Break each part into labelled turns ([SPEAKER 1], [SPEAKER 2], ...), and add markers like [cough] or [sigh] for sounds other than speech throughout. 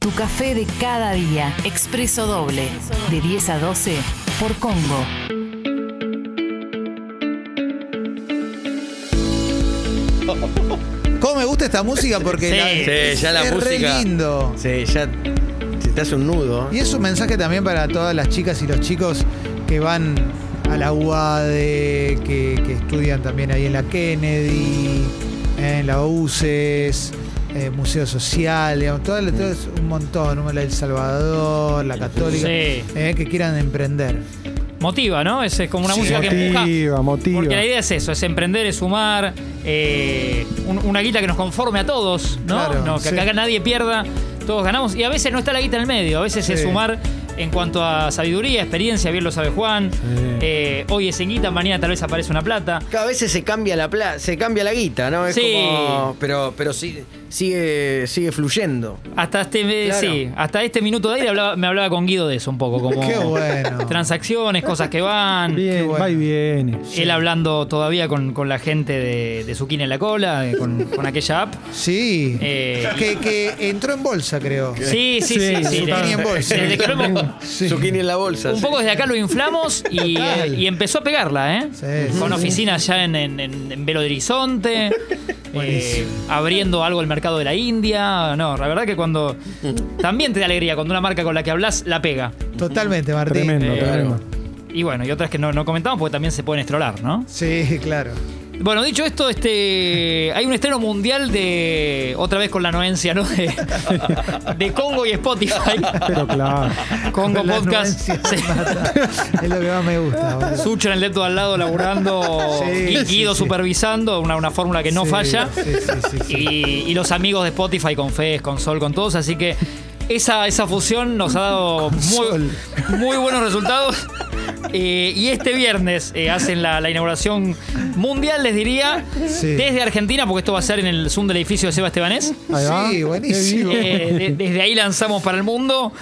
[SPEAKER 1] Tu café de cada día. Expreso doble. De 10 a 12 por Congo.
[SPEAKER 2] ¿Cómo me gusta esta música? Porque
[SPEAKER 3] Sí.
[SPEAKER 2] la-
[SPEAKER 4] Sí, ya la
[SPEAKER 2] es
[SPEAKER 4] música-
[SPEAKER 2] Re lindo.
[SPEAKER 4] Sí, ya se te hace un nudo.
[SPEAKER 2] Y es un mensaje también para todas las chicas y los chicos que van a la UADE, que, que estudian también ahí en la Kennedy, en la UCES, eh, Museo Social, digamos, todo, todo es un montón, ¿no? la El Salvador, la Católica,
[SPEAKER 3] Sí.
[SPEAKER 2] eh, que quieran emprender.
[SPEAKER 3] Motiva, ¿no? Es, es como una música que empuja.
[SPEAKER 5] Motiva, motiva.
[SPEAKER 3] Porque la idea es eso, es emprender, es sumar, eh, un- una guita que nos conforme a todos, ¿no?
[SPEAKER 2] Claro,
[SPEAKER 3] No, que
[SPEAKER 2] sí.
[SPEAKER 3] acá nadie pierda, todos ganamos. Y a veces no está la guita en el medio, a veces es
[SPEAKER 2] Sí.
[SPEAKER 3] sumar en cuanto a sabiduría, experiencia, bien lo sabe Juan. Eh, hoy es en guita, mañana tal vez aparece una plata.
[SPEAKER 4] Cada vez se cambia la pla- se cambia la guita, ¿no? Es
[SPEAKER 3] Sí.
[SPEAKER 4] como- pero pero sí- sigue sigue fluyendo.
[SPEAKER 3] Hasta este,
[SPEAKER 4] Claro.
[SPEAKER 3] sí, hasta este minuto de aire hablaba- me hablaba con Guido de eso un poco, como
[SPEAKER 2] [laughs] Qué bueno.
[SPEAKER 3] transacciones, cosas que van.
[SPEAKER 5] Bien,
[SPEAKER 2] bueno.
[SPEAKER 5] va y viene.
[SPEAKER 3] Él hablando todavía con, con la gente de, de Zucchini en la cola, eh, con, con aquella app.
[SPEAKER 2] Sí.
[SPEAKER 3] Eh,
[SPEAKER 2] que, que entró en bolsa, creo.
[SPEAKER 3] Sí, sí, sí.
[SPEAKER 5] Sí,
[SPEAKER 3] sí,
[SPEAKER 5] Zucchini
[SPEAKER 3] de-
[SPEAKER 2] en bolsa.
[SPEAKER 3] desde que lo hemos-
[SPEAKER 2] Sí.
[SPEAKER 4] Zucchini en la bolsa.
[SPEAKER 3] un
[SPEAKER 4] sí.
[SPEAKER 3] poco desde acá lo inflamos y,
[SPEAKER 2] Total.
[SPEAKER 3] eh, y empezó a pegarla, ¿eh?
[SPEAKER 2] Sí,
[SPEAKER 3] Con
[SPEAKER 2] sí,
[SPEAKER 3] oficinas ya en, en, en- en Belo Horizonte, eh, abriendo algo el mercado de la India. No, la verdad que cuando. También te da alegría cuando una marca con la que hablas la pega.
[SPEAKER 2] Totalmente, Martín.
[SPEAKER 5] Tremendo,
[SPEAKER 3] Eh,
[SPEAKER 5] tremendo.
[SPEAKER 3] Y bueno, y otras que no, no comentamos porque también se pueden estrolar, ¿no?
[SPEAKER 2] Sí, claro.
[SPEAKER 3] Bueno, dicho esto, este hay un estreno mundial de. otra vez con la anuencia, ¿no? De, de Congo y Spotify.
[SPEAKER 5] Pero claro.
[SPEAKER 3] Congo
[SPEAKER 2] Con la
[SPEAKER 3] Podcast.
[SPEAKER 2] anuencia,
[SPEAKER 3] Sí.
[SPEAKER 2] mata. [laughs] Es lo que más me
[SPEAKER 3] [laughs]
[SPEAKER 2] gusta. boludo.
[SPEAKER 3] Sucho en el lepto al lado laburando,
[SPEAKER 2] Sí,
[SPEAKER 3] y
[SPEAKER 2] sí,
[SPEAKER 3] Guido
[SPEAKER 2] sí.
[SPEAKER 3] supervisando, una, una fórmula que no
[SPEAKER 2] Sí,
[SPEAKER 3] falla.
[SPEAKER 2] sí, sí, sí, sí.
[SPEAKER 3] Y, y los amigos de Spotify con Fez, con Sol, con todos. Así que esa, esa fusión nos ha dado muy,
[SPEAKER 2] Sol.
[SPEAKER 3] muy buenos resultados. Eh, y este viernes eh, hacen la, la inauguración mundial, les diría,
[SPEAKER 2] Sí.
[SPEAKER 3] desde Argentina, porque esto va a ser en el Zoom del edificio de Seba Estebanés.
[SPEAKER 5] Ahí va.
[SPEAKER 2] Sí, buenísimo.
[SPEAKER 5] Qué vivo.
[SPEAKER 3] Eh, de- desde ahí lanzamos para el mundo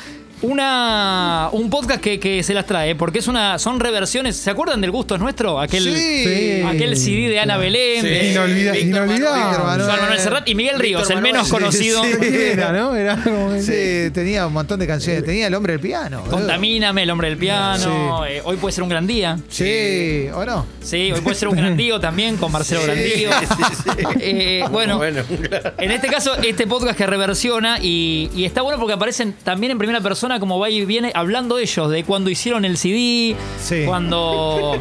[SPEAKER 3] una un podcast que, que se las trae, porque es una son reversiones. ¿Se acuerdan del gusto es nuestro? Aquel,
[SPEAKER 2] Sí.
[SPEAKER 3] aquel CD de Ana Belén,
[SPEAKER 4] Sí.
[SPEAKER 3] de
[SPEAKER 5] Inolvida-
[SPEAKER 4] Víctor
[SPEAKER 2] Víctor
[SPEAKER 5] Inolvidable.
[SPEAKER 2] Manuel.
[SPEAKER 3] Juan Manuel Serrat y Miguel
[SPEAKER 4] Víctor
[SPEAKER 3] Ríos, el menos
[SPEAKER 4] Manuel.
[SPEAKER 2] Sí,
[SPEAKER 3] conocido.
[SPEAKER 5] Era, ¿no? Era como que-
[SPEAKER 2] Sí, tenía un montón de canciones. Tenía el hombre del piano. boludo.
[SPEAKER 3] Contamíname, el hombre del piano. eh, hoy puede ser un gran día.
[SPEAKER 2] Sí, ¿o no?
[SPEAKER 3] Sí, hoy puede ser
[SPEAKER 2] [laughs]
[SPEAKER 3] un gran día también con Marcelo Grandío. Eh, bueno,
[SPEAKER 4] Bueno, claro.
[SPEAKER 3] En este caso, este podcast que reversiona y, y está bueno porque aparecen también en primera persona como va y viene hablando ellos de cuando hicieron el CD,
[SPEAKER 2] Sí.
[SPEAKER 3] cuando...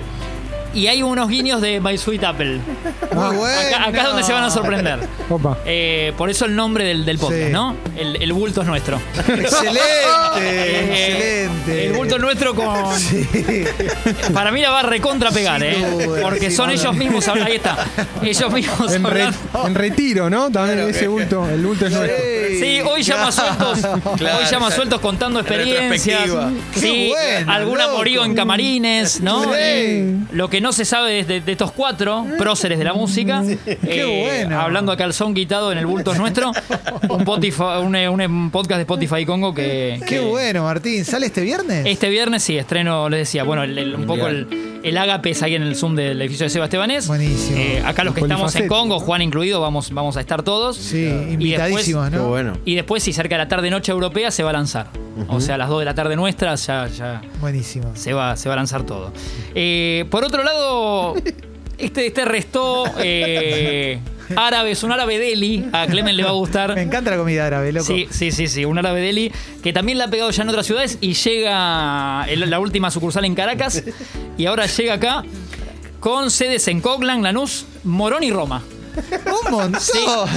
[SPEAKER 3] Y hay unos guiños de My Sweet Apple.
[SPEAKER 2] Muy bueno.
[SPEAKER 3] Acá, acá es donde se van a sorprender.
[SPEAKER 5] Opa.
[SPEAKER 3] Eh, por eso el nombre del, del podcast,
[SPEAKER 2] Sí.
[SPEAKER 3] ¿no? El, el bulto
[SPEAKER 2] [laughs]
[SPEAKER 3] es nuestro.
[SPEAKER 2] Excelente,
[SPEAKER 3] [laughs] Eh,
[SPEAKER 2] excelente.
[SPEAKER 3] El bulto es nuestro con... Para mí la va a recontra pegar,
[SPEAKER 2] Sin
[SPEAKER 3] ¿eh?
[SPEAKER 2] duda,
[SPEAKER 3] Porque
[SPEAKER 2] sin
[SPEAKER 3] son
[SPEAKER 2] duda.
[SPEAKER 3] ellos mismos hablando. Ahí está. Ellos mismos
[SPEAKER 5] En, re-
[SPEAKER 3] hablando.
[SPEAKER 5] en retiro, ¿no? También ese bulto. El bulto es nuestro.
[SPEAKER 3] Sí, hoy llama sueltos.
[SPEAKER 2] [laughs]
[SPEAKER 4] Claro,
[SPEAKER 3] hoy llama
[SPEAKER 4] esa-
[SPEAKER 3] sueltos contando experiencias.
[SPEAKER 4] retrospectiva.
[SPEAKER 3] Sí,
[SPEAKER 2] Qué bueno,
[SPEAKER 3] algún
[SPEAKER 2] loco.
[SPEAKER 3] amorío en camarines, ¿no?
[SPEAKER 2] Sí.
[SPEAKER 3] Y Lo que no se sabe es de, de estos cuatro próceres de la música. eh,
[SPEAKER 2] Qué bueno.
[SPEAKER 3] Hablando a calzón quitado en el bulto es nuestro. Un, Spotify- un, eh, un podcast de Spotify Congo que.
[SPEAKER 2] Qué
[SPEAKER 3] que-
[SPEAKER 2] bueno, Martín. ¿Sale este viernes?
[SPEAKER 3] Este viernes sí, estreno, les decía, bueno, el- el- un poco el, el ágape es ahí en el Zoom del edificio de Sebastiánes.
[SPEAKER 2] Buenísimo.
[SPEAKER 3] acá los que estamos en
[SPEAKER 5] Polifacético.
[SPEAKER 3] Congo, Juan incluido, vamos, vamos a estar todos.
[SPEAKER 2] Sí,
[SPEAKER 3] Y después-
[SPEAKER 2] invitadísimos,
[SPEAKER 4] Qué
[SPEAKER 2] ¿no?
[SPEAKER 4] bueno.
[SPEAKER 3] Y después, si cerca de la tarde noche europea, se va a lanzar. O sea, a las 2 de la tarde nuestra ya, ya
[SPEAKER 2] Buenísimo.
[SPEAKER 3] se, va, se va a lanzar todo. Eh, por
[SPEAKER 2] [laughs]
[SPEAKER 3] otro lado, este, este restó eh, árabes, un árabe deli. A Clemen le va a gustar.
[SPEAKER 2] Me encanta la comida árabe, loco.
[SPEAKER 3] Sí, sí, sí, sí, un árabe deli que también la ha pegado ya en otras ciudades y llega el- la última sucursal
[SPEAKER 2] [laughs]
[SPEAKER 3] en Caracas y ahora llega acá con sedes en Coglan, Lanús, Morón y Roma.
[SPEAKER 2] Un montón.
[SPEAKER 3] Sí,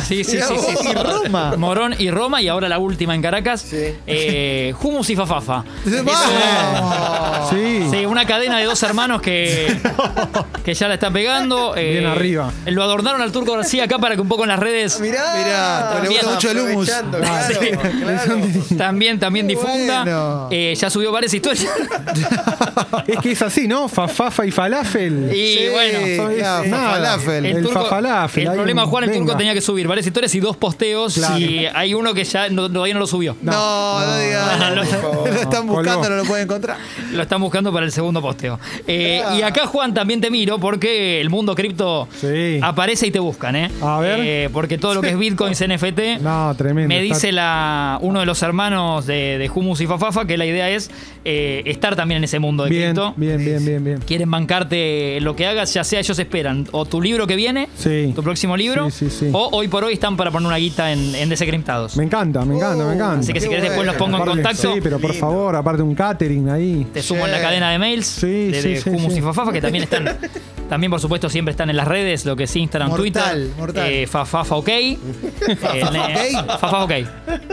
[SPEAKER 3] sí, sí,
[SPEAKER 2] Mirá
[SPEAKER 3] sí, sí,
[SPEAKER 2] vos,
[SPEAKER 3] sí.
[SPEAKER 2] Roma.
[SPEAKER 3] Morón y Roma, y ahora la última en Caracas. Eh, hummus y Fafafa.
[SPEAKER 2] ¡Vamos!
[SPEAKER 5] Sí.
[SPEAKER 3] Sí, una cadena de dos
[SPEAKER 2] [laughs]
[SPEAKER 3] hermanos que, que ya la están pegando. eh,
[SPEAKER 5] Bien arriba.
[SPEAKER 3] Lo adornaron al Turco García acá para que un poco en las redes
[SPEAKER 4] Mirá,
[SPEAKER 2] Ah, Mirá, pero le gusta
[SPEAKER 3] Bien,
[SPEAKER 2] mucho el hummus.
[SPEAKER 4] aprovechando, claro, claro.
[SPEAKER 3] también, también difunda.
[SPEAKER 2] bueno.
[SPEAKER 3] Eh, ya subió varias historias.
[SPEAKER 5] Es que es así, ¿no? Fafafa y falafel.
[SPEAKER 3] Y bueno,
[SPEAKER 2] claro,
[SPEAKER 5] nada.
[SPEAKER 2] falafel.
[SPEAKER 5] El
[SPEAKER 3] turco,
[SPEAKER 5] fafalafel,
[SPEAKER 3] el el
[SPEAKER 5] hay
[SPEAKER 3] problema
[SPEAKER 5] un-
[SPEAKER 3] Juan el
[SPEAKER 5] venga.
[SPEAKER 3] Turco tenía que subir varias historias y dos posteos
[SPEAKER 5] Claro.
[SPEAKER 3] y hay uno que ya no, todavía no lo subió.
[SPEAKER 2] No, no, digas.
[SPEAKER 3] no,
[SPEAKER 2] [laughs] lo, están
[SPEAKER 5] Colgó.
[SPEAKER 2] buscando, no lo pueden encontrar.
[SPEAKER 3] Lo están buscando para el segundo posteo. Eh,
[SPEAKER 5] Ah.
[SPEAKER 3] Y acá, Juan, también te miro porque el mundo cripto
[SPEAKER 5] Sí.
[SPEAKER 3] aparece y te buscan, ¿eh?
[SPEAKER 5] A ver.
[SPEAKER 3] Eh, porque todo lo que es
[SPEAKER 5] [laughs]
[SPEAKER 3] bitcoins, NFT.
[SPEAKER 5] No, tremendo.
[SPEAKER 3] Me
[SPEAKER 5] está-
[SPEAKER 3] dice la, uno de los hermanos de, de Humus y Fafafa que la idea es eh, estar también en ese mundo de
[SPEAKER 5] Bien,
[SPEAKER 3] cripto.
[SPEAKER 5] bien, bien, bien, bien.
[SPEAKER 3] Quieren bancarte lo que hagas, ya sea ellos esperan o tu libro que viene,
[SPEAKER 5] Sí.
[SPEAKER 3] tu próximo libro,
[SPEAKER 5] Sí, sí, sí.
[SPEAKER 3] o hoy por hoy están para poner una guita en, en Desecriptados.
[SPEAKER 5] Me encanta, me encanta, me encanta.
[SPEAKER 3] Así que si
[SPEAKER 2] Qué
[SPEAKER 3] querés después
[SPEAKER 2] bueno.
[SPEAKER 3] los pongo en
[SPEAKER 5] Aparte-
[SPEAKER 3] contacto.
[SPEAKER 5] Sí, pero por
[SPEAKER 2] Lindo.
[SPEAKER 5] favor, aparte un catering ahí.
[SPEAKER 3] Te sumo en la
[SPEAKER 2] Sí.
[SPEAKER 3] cadena de mails
[SPEAKER 5] Sí,
[SPEAKER 3] de, de
[SPEAKER 5] sí, sí,
[SPEAKER 3] Humus
[SPEAKER 5] sí.
[SPEAKER 3] y Fafafa, que también están,
[SPEAKER 5] [laughs]
[SPEAKER 3] también por supuesto siempre están en las redes, lo que es Instagram,
[SPEAKER 2] Mortal,
[SPEAKER 3] Twitter,
[SPEAKER 2] mortal.
[SPEAKER 3] eh, Fafafa OK. eh, en-
[SPEAKER 2] OK.
[SPEAKER 3] Fafafa OK.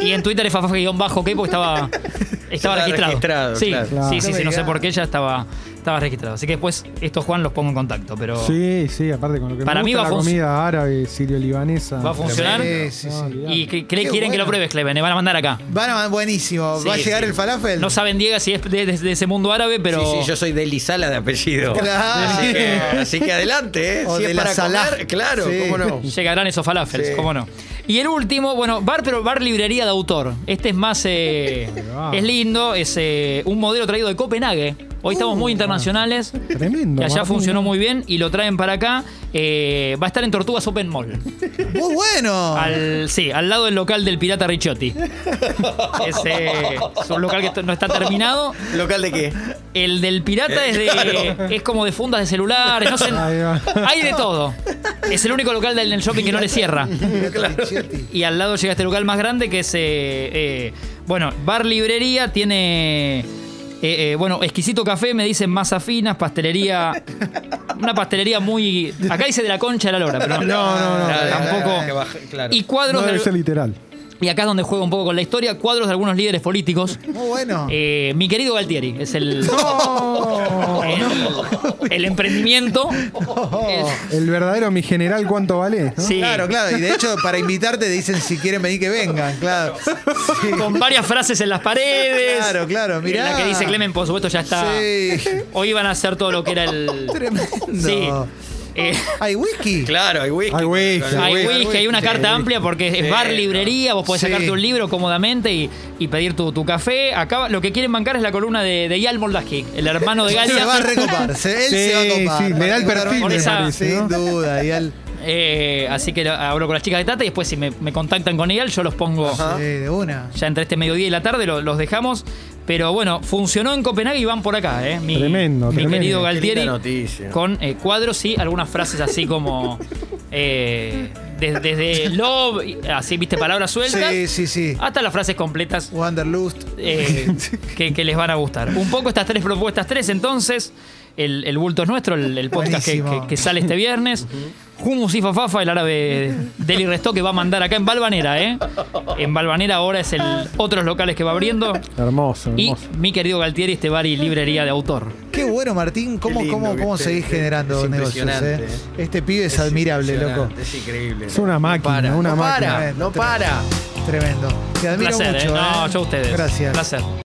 [SPEAKER 3] Y en Twitter es Fafafa-OK porque estaba, estaba
[SPEAKER 4] Estaba
[SPEAKER 3] registrado.
[SPEAKER 4] registrado,
[SPEAKER 3] sí,
[SPEAKER 4] claro.
[SPEAKER 5] Claro.
[SPEAKER 3] sí, sí,
[SPEAKER 2] No
[SPEAKER 3] sí,
[SPEAKER 2] me
[SPEAKER 3] no sé
[SPEAKER 2] digas.
[SPEAKER 3] por qué ya estaba, estaba registrado. Así que después estos Juan los pongo en contacto, pero
[SPEAKER 5] Sí, sí, aparte con lo que
[SPEAKER 3] Oh. Para
[SPEAKER 5] me
[SPEAKER 3] mí
[SPEAKER 5] gusta
[SPEAKER 3] va a
[SPEAKER 5] la
[SPEAKER 3] func-
[SPEAKER 5] comida árabe, sirio-libanesa.
[SPEAKER 3] va a funcionar.
[SPEAKER 2] Sí, sí, sí.
[SPEAKER 5] No,
[SPEAKER 3] Y que- que
[SPEAKER 2] Qué
[SPEAKER 3] quieren que
[SPEAKER 2] bueno.
[SPEAKER 3] lo pruebes, Cleven, me van a mandar acá.
[SPEAKER 2] Van a, buenísimo.
[SPEAKER 3] Sí,
[SPEAKER 2] Va a llegar
[SPEAKER 3] sí.
[SPEAKER 2] el falafel.
[SPEAKER 3] No saben Diego si es de, de- de ese mundo árabe, pero
[SPEAKER 4] Sí, sí, yo soy de Lizala de apellido.
[SPEAKER 2] Claro.
[SPEAKER 4] Así, que, así que adelante, ¿eh?
[SPEAKER 2] O
[SPEAKER 4] si
[SPEAKER 2] de
[SPEAKER 4] es
[SPEAKER 2] la
[SPEAKER 4] para
[SPEAKER 2] Salah.
[SPEAKER 4] comer, claro,
[SPEAKER 2] Sí.
[SPEAKER 4] cómo no.
[SPEAKER 3] Mm. Llegarán esos falafels, cómo no. Y el último, bueno, bar, pero bar librería de autor. Este es más. eh,
[SPEAKER 5] va.
[SPEAKER 3] es lindo, es eh, un modelo traído de Copenhague. Hoy estamos muy internacionales.
[SPEAKER 5] Uh. Ah. Tremendo.
[SPEAKER 3] Que allá
[SPEAKER 5] Martín.
[SPEAKER 3] funcionó muy bien y lo traen para acá. Eh, va a estar en Tortugas Open Mall.
[SPEAKER 2] Muy
[SPEAKER 5] Ah.
[SPEAKER 2] bueno.
[SPEAKER 3] Al, sí, al lado del local del pirata
[SPEAKER 5] [laughs]
[SPEAKER 3] Ricciotti. es, eh, es un local que t- no está terminado.
[SPEAKER 4] ¿Local de qué?
[SPEAKER 3] El del pirata
[SPEAKER 5] [laughs]
[SPEAKER 3] es, de, es como de fundas de celulares. No sé,
[SPEAKER 5] Ahí va.
[SPEAKER 3] hay de todo. Es el único local del del shopping que no le cierra.
[SPEAKER 2] Ricciotti.
[SPEAKER 3] Y al lado llega este local más grande que es, eh, eh, bueno, bar librería, tiene, eh, eh, bueno, exquisito café, me dicen masas finas,
[SPEAKER 2] [laughs]
[SPEAKER 3] pastelería, una pastelería muy, acá dice de la concha de la lora, pero no,
[SPEAKER 5] No, no, no.
[SPEAKER 4] Claro,
[SPEAKER 3] tampoco.
[SPEAKER 4] claro, que baja- claro.
[SPEAKER 3] Y cuadros,
[SPEAKER 5] No
[SPEAKER 3] de-
[SPEAKER 5] debe ser literal.
[SPEAKER 3] y acá es donde juego un poco con la historia, cuadros de algunos líderes políticos.
[SPEAKER 2] Muy bueno.
[SPEAKER 3] Eh, mi querido Galtieri es el,
[SPEAKER 5] Oh,
[SPEAKER 3] el, el emprendimiento. El-
[SPEAKER 5] el verdadero mi general, ¿cuánto vale? no?
[SPEAKER 3] eh, sí.
[SPEAKER 2] Oh. Claro, claro. Y de hecho, para invitarte dicen si quieren venir que vengan, claro. Sí.
[SPEAKER 3] Con varias frases en las paredes.
[SPEAKER 2] Claro, claro, mirá.
[SPEAKER 3] La que dice Clemen, por supuesto, ya está.
[SPEAKER 2] Sí.
[SPEAKER 3] Hoy iban a hacer todo lo que
[SPEAKER 2] [laughs]
[SPEAKER 3] era el. Sí.
[SPEAKER 2] Tremendo.
[SPEAKER 3] Eh,
[SPEAKER 2] Hay whisky.
[SPEAKER 4] Claro, hay whisky.
[SPEAKER 5] Hay
[SPEAKER 3] [laughs]
[SPEAKER 5] whisky.
[SPEAKER 3] hay
[SPEAKER 5] Whisky,
[SPEAKER 3] whisky, hay una carta amplia porque es
[SPEAKER 4] Sí,
[SPEAKER 3] bar
[SPEAKER 4] no.
[SPEAKER 3] librería, vos podés
[SPEAKER 2] Sí.
[SPEAKER 3] sacarte un libro cómodamente y, y pedir tu, tu café. Acá lo que quieren bancar es la columna de, de Eyal Moldaski, el hermano
[SPEAKER 2] [laughs]
[SPEAKER 3] de
[SPEAKER 2] Se
[SPEAKER 3] Galia.
[SPEAKER 2] va a recopar. se- Él
[SPEAKER 5] Sí,
[SPEAKER 2] se va a copar.
[SPEAKER 5] sí, le da el perfil,
[SPEAKER 3] me parece,
[SPEAKER 2] Sin
[SPEAKER 5] ¿no?
[SPEAKER 2] duda. Y al,
[SPEAKER 3] [laughs] Eh, así que lo- hablo con las chicas de Tata y después si me, me contactan con Eyal, yo los pongo
[SPEAKER 2] Sí, de una.
[SPEAKER 3] ya entre este mediodía y la tarde, lo- los dejamos. Pero bueno, funcionó en Copenhague y van por acá, ¿eh? Mi,
[SPEAKER 5] Tremendo,
[SPEAKER 3] mi
[SPEAKER 5] tremendo.
[SPEAKER 3] querido Galtieri.
[SPEAKER 4] Linda noticia.
[SPEAKER 3] con eh, cuadros y algunas frases así
[SPEAKER 5] [laughs]
[SPEAKER 3] como eh, des- desde love, y- así viste palabras sueltas,
[SPEAKER 2] Sí, sí, sí.
[SPEAKER 3] hasta las frases completas
[SPEAKER 2] Wanderlust.
[SPEAKER 3] eh, que, que les van a gustar. Un poco estas tres propuestas, tres entonces. El, el bulto es nuestro, el, el podcast que,
[SPEAKER 2] Buenísimo.
[SPEAKER 3] que- que sale este viernes. Humus y Fafafa, el árabe Deli Restó que va a mandar acá en Balvanera, ¿eh? En Balvanera ahora es el otros locales que va abriendo.
[SPEAKER 5] Hermoso,
[SPEAKER 3] Y
[SPEAKER 5] hermoso.
[SPEAKER 3] mi querido Galtieri, este bar y librería de autor.
[SPEAKER 2] Qué bueno, Martín. ¿Cómo,
[SPEAKER 4] lindo
[SPEAKER 2] cómo,
[SPEAKER 4] que
[SPEAKER 2] cómo
[SPEAKER 4] esté,
[SPEAKER 2] seguís
[SPEAKER 4] es
[SPEAKER 2] generando negocios?
[SPEAKER 4] impresionante,
[SPEAKER 2] eh?
[SPEAKER 4] eh.
[SPEAKER 2] Este pibe es, admirable, loco.
[SPEAKER 4] Impresionante, Es increíble.
[SPEAKER 5] Es una máquina,
[SPEAKER 4] no para,
[SPEAKER 5] una
[SPEAKER 4] no
[SPEAKER 5] máquina.
[SPEAKER 4] Para, no para.
[SPEAKER 2] Tremendo. Te admiro
[SPEAKER 3] Placer, ¿eh?
[SPEAKER 2] mucho.
[SPEAKER 3] No,
[SPEAKER 2] eh.
[SPEAKER 3] yo a ustedes.
[SPEAKER 2] Gracias.
[SPEAKER 3] Placer.